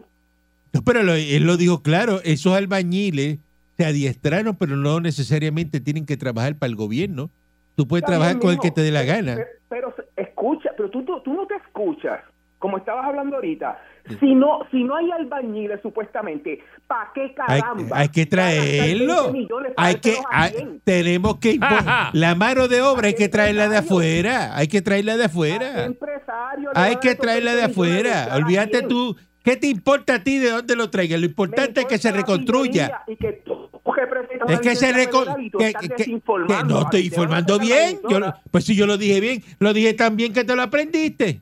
C: No, pero lo- él lo dijo claro, esos albañiles se adiestraron, pero no necesariamente tienen que trabajar para el gobierno. Tú puedes
F: Está bien,
C: trabajar con el
F: mijo,
C: que te dé la
F: pero-
C: gana.
F: Pero, pero escucha, pero tú, tú, tú no te escuchas, como estabas hablando ahorita. Si no, si no hay albañiles, supuestamente, ¿para qué
C: Hay,
F: caramba?
C: hay que
F: van a gastar 20
C: traerlo.
F: millones para
C: Hay que,
F: dárselos a
C: hay-
F: quién?
C: tenemos que impo-
D: Ajá.
C: la mano de obra hay
F: ¿A
C: que
F: qué
C: traerla de
F: empresario?
C: afuera, hay que traerla de
F: ¿A qué
C: afuera,
F: empresario le
C: hay
F: van a
C: que
F: esos
C: traerla de
F: 20 millones
C: afuera.
F: dólares a
C: Olvídate
F: quién?
C: tú, ¿qué te importa a ti de dónde lo traigan? Lo
F: Me
C: importante es que se
F: importa la
C: reconstruya.
F: pillería Y que tú que presentas una
C: Es que se
F: licencia
C: recon-
F: federal y tú
C: que,
F: estás
C: que- que-
F: desinformando,
C: que no estoy
F: Javi, te van a
C: informando
F: sacar la
C: bien. Yo lo-
F: emisora,
C: pues si yo lo dije bien, lo dije tan bien que te lo aprendiste.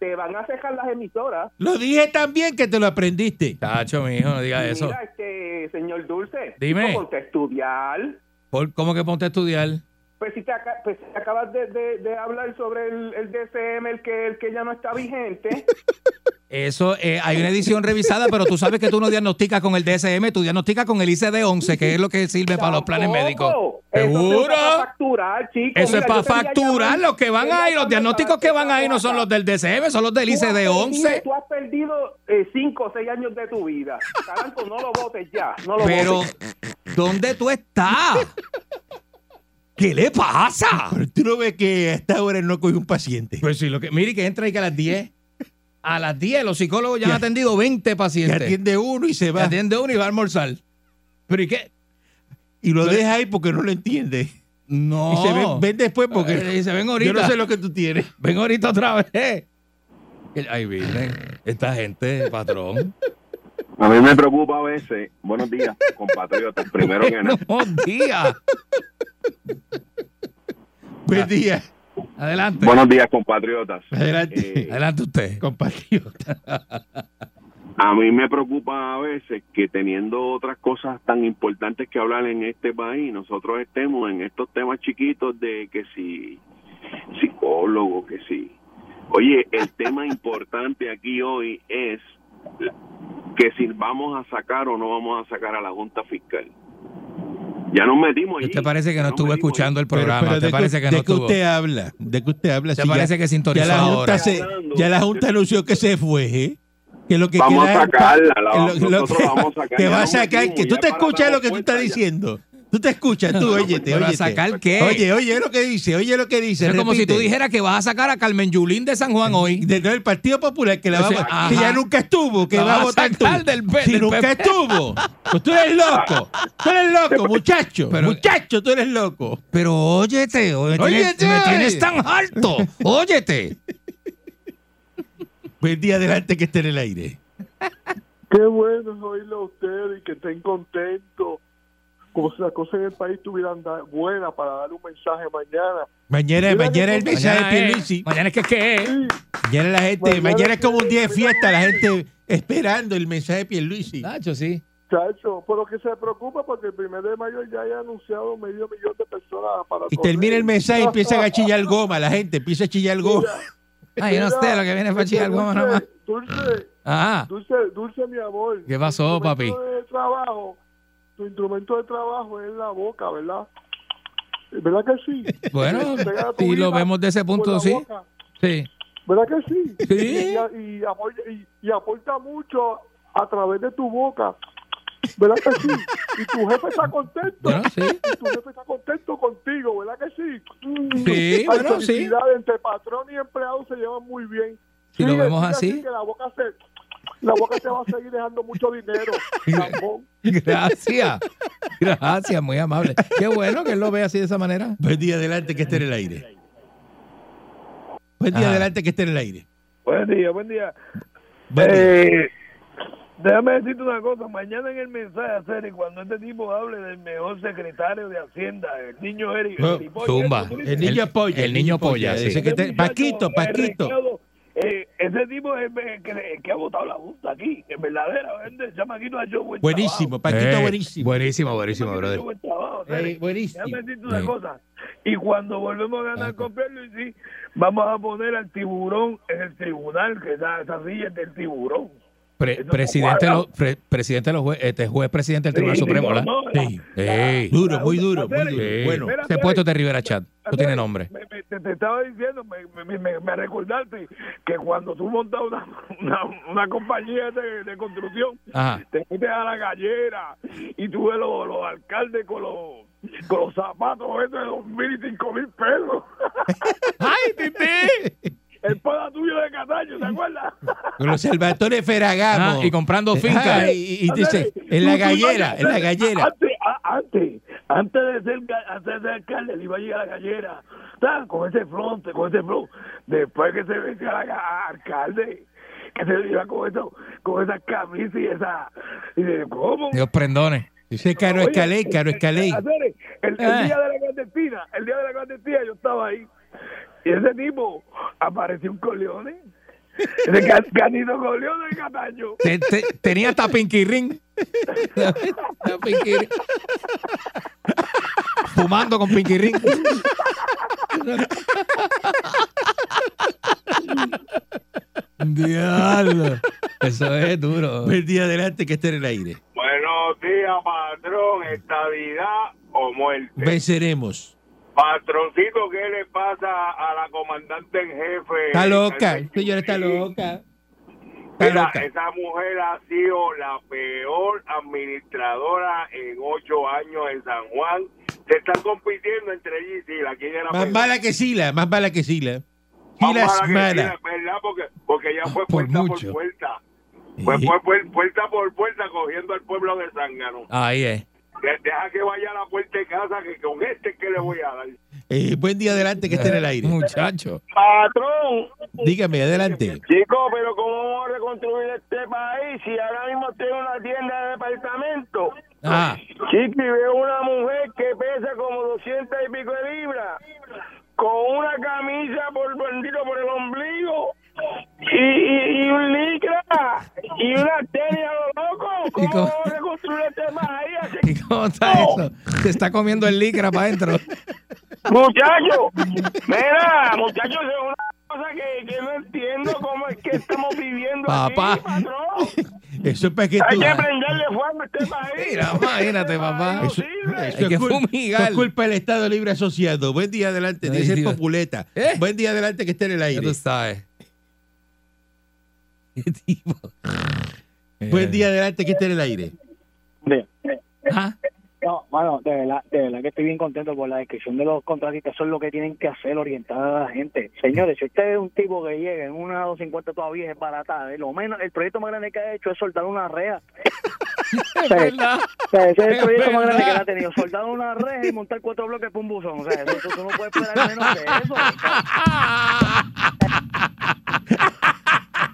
F: te van a cejar las emisoras.
C: Lo dije tan bien que te lo aprendiste.
D: Tacho, mi hijo, no diga
F: Y
D: eso.
F: Mira, este señor Dulce,
D: Dime.
F: chico, ponte a estudiar.
D: Por- ¿Cómo que ponte a estudiar?
F: Pues si te, aca- pues si te acabas de, de- de hablar sobre el, el DCM, el que, el que ya no está vigente,
D: Eso, eh, hay una edición revisada, pero tú sabes que tú no diagnosticas con el DSM, tú diagnosticas con el ICD-11, que es lo que sirve para los planes médicos.
F: Tampoco. Eso se usa
D: ¿Seguro?
F: para facturar, chicos.
D: Eso es
F: Mira,
D: para
F: yo te voy a
D: facturar.
F: llamar.
D: Los que van
F: Yo
D: ahí,
F: llamando
D: los
F: a
D: diagnósticos que van ahí no son los
F: Tú
D: del DSM, son los del
F: has perdido-
D: ICD-11.
F: Tú has perdido 5 o 6 años de tu vida. Caranco, no lo votes ya. No lo
D: Pero,
F: votes.
D: ¿dónde tú estás? ¿Qué le pasa?
C: Pero tú no ves que hasta ahora no cogió un paciente.
D: Pues sí, lo que, mire que entra y que a las 10. A las 10 los psicólogos ya han
C: Ya.
D: atendido 20
C: Que
D: pacientes.
C: atiende uno y se va.
D: Atiende uno y va a almorzar. Pero ¿y qué?
C: Y lo
D: Pero-
C: deja ahí porque no lo entiende.
D: No.
C: Y se ven, ven después
D: Eh,
C: porque
D: y se ven ahorita.
C: yo no sé lo que tú tienes.
D: Ven ahorita otra vez. Que- Ay, Virgen. Esta gente, patrón.
G: A mí me preocupa a veces, buenos días, compatriotas, primero que nada.
D: Buenos días.
C: Buen día.
D: Adelante.
G: Buenos días, compatriotas.
C: Adelante,
G: Eh,
D: Adelante usted.
C: compatriota.
G: a mí me preocupa a veces que teniendo otras cosas tan importantes que hablar en este país, nosotros estemos en estos temas chiquitos de que si psicólogo, que si... Oye, el tema importante aquí hoy es que si vamos a sacar o no vamos a sacar a la Junta Fiscal. Ya nos metimos allí.
D: ¿Usted parece que
G: Ya
D: no
G: nos
D: estuvo
G: metimos allí.
D: escuchando el programa?
C: Pero- pero
D: ¿Usted
C: de
D: parece
C: que,
D: que no
C: de que
D: estuvo?
C: usted habla, de que usted habla.
D: ¿Usted
C: si ya-
D: parece que
C: ya,
D: sintonizó
C: la
D: ahora?
C: junta se, ya la junta anunció que se fue, ¿eh? que lo que
G: Vamos
C: queda
G: a
C: es-
G: sacarla, la-
C: que lo- lo
G: nosotros
C: que-
G: la vamos a sacar,
C: que
G: ya
C: va a
G: la
C: sacar,
G: metimos,
C: que tú
G: ya
C: te
G: para
C: escuchas
G: dar
C: lo que tú
G: vuelta
C: estás
G: ya.
C: diciendo. Tú te escuchas, tú, óyete,
D: ¿Pero a
C: óyete.
D: sacar qué?
C: Oye, oye lo que dice, oye lo que dice.
D: Eso es como si
C: repite.
D: tú dijeras que vas a sacar a Carmen Yulín de San Juan hoy.
C: de- del Partido Popular que la va a
D: Ese-
C: votar, que
D: ajá.
C: ya nunca estuvo, que
D: La
C: va
D: vas
C: a
D: a
C: votar tú.
D: sacar del pe-
C: si
D: del
C: nunca
D: PP.
C: estuvo. Pues tú eres loco. Tú eres loco, muchacho.
D: Pero-
C: muchacho, tú eres loco.
D: Pero óyete, oye, me tienes-
C: Óyete.
D: me tienes tan alto. Óyete.
C: Buen día adelante que esté en el aire.
H: Qué bueno es oírle a usted y que estén contentos. Como si las cosas en el país estuvieran da- buenas para dar un mensaje mañana.
C: Mañana,
H: Mira que
C: mañana el
H: tú-
C: mensaje de
D: Mañana es-
C: Pierluisi.
D: ¿eh? Mañana es que es que es.
H: Sí,
C: Mañana la gente, mañana,
H: mañana
C: es eh, como un día de
H: es-
C: fiesta, la gente esperando el mensaje de Pierluisi.
D: Nacho, sí.
H: chacho, pero que se preocupa porque el primer de mayo ya hay anunciado medio millón de personas para
C: Y termina el mensaje y empiezan a chillar goma, la gente empieza a chillar goma.
D: Ay, yo no sé lo que viene fue chillar goma nomás. Ah,
H: Dulce,
D: Ajá.
H: dulce, dulce, mi amor.
D: ¿Qué pasó,
H: Tu
D: papi?
H: instrumento de trabajo, tu instrumento de trabajo es la boca, ¿verdad? ¿Verdad que sí?
D: Bueno,
H: Pega tu
D: si lo
H: vida
D: vemos de ese
H: por
D: punto,
H: la
D: sí.
H: boca.
D: Sí.
H: ¿Verdad que sí?
D: Sí.
H: Y, y apoya- y- y aporta mucho a través de tu boca. ¿Verdad que sí? Y tu jefe está contento.
D: Bueno, sí.
H: Y tu jefe está contento contigo, ¿verdad que sí? Mm.
D: Sí,
H: Ay,
D: bueno, sí.
H: felicidades, Entre patrón y empleado se llevan muy bien.
D: Si lo
H: Sigue,
D: vemos
H: sigue
D: así.
H: que la boca se... La boca te va a seguir dejando mucho dinero. Lambón.
D: Gracias. Gracias, muy amable. Qué bueno que él lo ve así de esa manera.
C: Buen día adelante que esté en el aire. Buen día
D: Ah.
C: adelante que esté en el aire.
I: Buen día, buen día.
C: Buen día.
I: Eh, déjame decirte una cosa. Mañana en el mensaje a Ceri, cuando este tipo hable del mejor secretario de Hacienda, el niño Eric.
C: Oh,
D: zumba.
C: El niño apoya.
D: El niño apoya, sí.
C: Ese que te- Paquito, Paquito.
I: eh, ese tipo es el que, el que ha votado la justa aquí, es verdadera, el chamaquito ha hecho buen
C: Buenísimo, Paquito,
D: Eh,
C: buenísimo.
D: Buenísimo,
I: trabajo.
D: buenísimo,
I: El chamaquito ha
D: brother.
I: hecho buen trabajo, Ceri.
C: Eh, buenísimo.
I: Déjame decirte una
D: Sí.
I: cosa. Y cuando volvemos a ganar con Pierluisi, vamos a poner al tiburón en el tribunal, que esa, esa silla es del tiburón.
D: Pre-
I: Eso no
D: presidente,
I: cuadra.
D: lo- pre- presidente de los jue- este juez presidente del Tribunal
I: Sí, digo,
D: Supremo, ¿verdad?
I: no,
C: Sí.
I: la-
D: Ey.
C: Duro, muy duro, muy
I: Espérate,
C: duro. Bueno,
I: espérate.
D: Se ha puesto de Rivera Chat.
I: Eh,
D: Tú tienes nombre.
J: Me- me- te, te estaba diciendo, me, me, me- me recordaste que cuando tú montas una, una, una compañía de, de construcción,
D: Ajá.
J: te metes a la gallera y tú ves los, los alcaldes con los, con los zapatos esos de dos mil y cinco mil pesos.
D: ¡Ay, Titi!
J: El pana tuyo de Cataño, ¿te acuerdas?
C: Con los Salvatore Ferragamo.
D: Ah, y comprando finca.
C: Ajá, y, y dice, en la gallera, en la gallera.
J: Antes, a- antes, antes de ser, ga- antes de ser alcalde, le iba a llegar a la gallera. Tan, con ese front, con ese front. Después que se venga la ga- alcalde, que se iba con, eso, con esas camisas y esa. Y de, ¿Cómo?
D: Dios prendones.
C: Dice Caro
J: Oye,
D: eh,
C: Escalé, Caro Escalé.
J: Aceres, El, el
D: Ah.
J: día de la clandestina, el día de la clandestina yo estaba ahí. Y ese tipo apareció un Corleone. Ese ca- canito Corleone de Cataño.
D: Te- te- tenía hasta Pinky Ring. Hasta Pinky Ring. Fumando con Pinky Ring. Diablo. Eso es duro.
C: Buen día adelante que esté en el aire.
F: Buenos días, patrón. Estabilidad o muerte.
C: Venceremos.
F: Patroncito, ¿qué le pasa a la comandante en jefe?
C: Está loca.
F: Carmen
C: Señora está
F: Yulín?
C: loca. Está
F: Mira,
C: loca.
F: esa mujer ha sido la peor administradora en ocho años en San Juan. Se están compitiendo entre ella y Sila. ¿Quién era
C: Más
F: peor?
C: mala que Sila, más mala que Sila.
F: Más
C: Sila es
F: mala que
C: mala.
F: Sila, ¿verdad? Porque, porque ella
D: Por
F: fue puerta
D: mucho.
F: por puerta. Fue,
D: Sí.
F: fue- fue puerta por puerta cogiendo al pueblo de Zángano.
D: Ahí es.
F: De- Deja que vaya a la puerta de casa que con este es que le voy a dar.
C: Eh, buen día adelante que esté en el aire.
D: Muchacho.
F: Patrón,
C: Dígame, adelante.
F: Chico, pero ¿cómo vamos a reconstruir este país si ahora mismo tengo una tienda de departamento?
D: Ah,
F: Chico, y veo una mujer que pesa como 200 y pico de libras, con una camisa por bendito por el ombligo y, y, y un licra y una tenis a lo loco.
D: ¿Y
F: ¿Cómo
D: cómo-
F: vamos a reconstruir este país? Así
D: ¿y cómo está eso? Se está comiendo el licra para adentro.
F: Muchachos, mira, muchachos, es una cosa que, que no entiendo cómo es que estamos viviendo
D: Papá.
F: aquí, patrón.
C: Eso es para que
F: Hay
C: tú.
F: que prenderle fuego a este país.
D: Mira, imagínate,
F: Este
D: papá.
F: país no
D: Eso-
F: sirve.
D: Hay que
C: es cul-
D: fumigar.
C: eso es culpa del Estado Libre Asociado. Buen día adelante,
D: Ay,
C: dice el
D: Dios.
C: populeta.
D: ¿Eh?
C: Buen día adelante que esté en el
D: Ya
C: aire.
D: tú sabes. ¿Qué tipo? Eh.
C: Buen día adelante que esté en el aire.
D: Ah,
K: No, mano, de verdad, de verdad que estoy bien contento por la descripción de los contratistas. Eso es lo que tienen que hacer, orientar a la gente. Señores, si usted es un tipo que llega en una 250 todavía es barata, eh, lo menos, el proyecto más grande que ha hecho es soltar una rea.
D: es verdad.
K: O sea, ese es el
D: Es
K: proyecto más grande que
D: verdad.
K: ha tenido. Soltar una red y montar cuatro bloques por un buzón. O sea, eso, tú- tú no puedes esperar menos de eso. O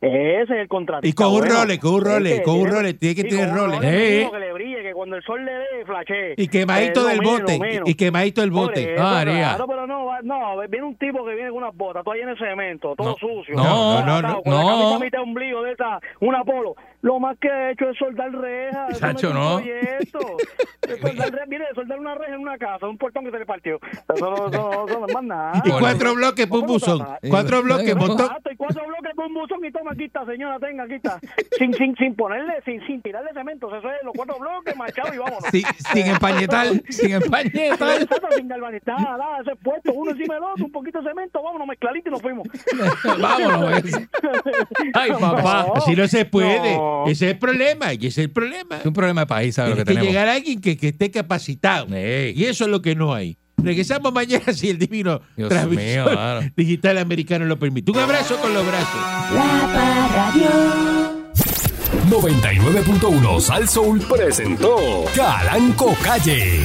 K: Ese es el contrato.
C: Y con un role, con un role, con un role. Tiene que
K: Sí,
C: tener
K: con un
C: role.
K: role,
D: Eh.
K: tipo Que le brille, que cuando el sol le dé, flashee.
C: Y quemadito
K: Eh, lo
C: del
K: menos,
C: bote.
K: lo menos.
C: Y quemadito del
K: Por
C: bote.
K: eso,
D: Ah, haría.
K: claro, pero no, va- no, viene un tipo que viene con unas botas, todo lleno de cemento, todo
D: No,
K: sucio.
D: no,
C: no,
K: atado,
D: no,
K: Con la
D: no.
K: camisa a mitad de ombligo de esta, una polo. Lo más que he hecho es soldar rejas. eso
D: Chacho,
K: es
D: no.
K: un proyecto. Es soldar re- Mire, soldar una reja en una casa, un portón que se le partió. Eso no, eso no- eso no es más nada.
C: Y
D: Por-
C: cuatro bloques por un buzón.
D: Eh,
C: Cuatro bloques, montón.
K: Exacto, y cuatro bloques con un buzón y toma, aquí está, señora, tenga, aquí está. Sin, sin, sin ponerle, sin, sin tirarle cemento, eso es los cuatro bloques, machado, y vámonos.
D: Sin, sin empañetar, sin empañetar.
K: Exacto, sin galvanizar, nada, ese puesto, uno encima del otro, un poquito de cemento, vámonos, mezcladito y nos fuimos.
D: Vámonos. es- Ay, papá.
K: No.
C: Así no se puede.
K: No.
C: Ese es el problema. Y ese es el problema.
D: Es un problema de país, ¿sabes lo
C: Tiene
D: que
C: que
D: tenemos?
C: llegar alguien que, que esté capacitado.
D: Ey.
C: Y eso es lo que no hay. Regresamos mañana si el divino
D: Dios
C: transmisor
D: mío, mano.
C: digital americano lo permite. Un abrazo con los brazos.
B: La Parradio.
A: 99.1 Sal Soul presentó Calanco Calle.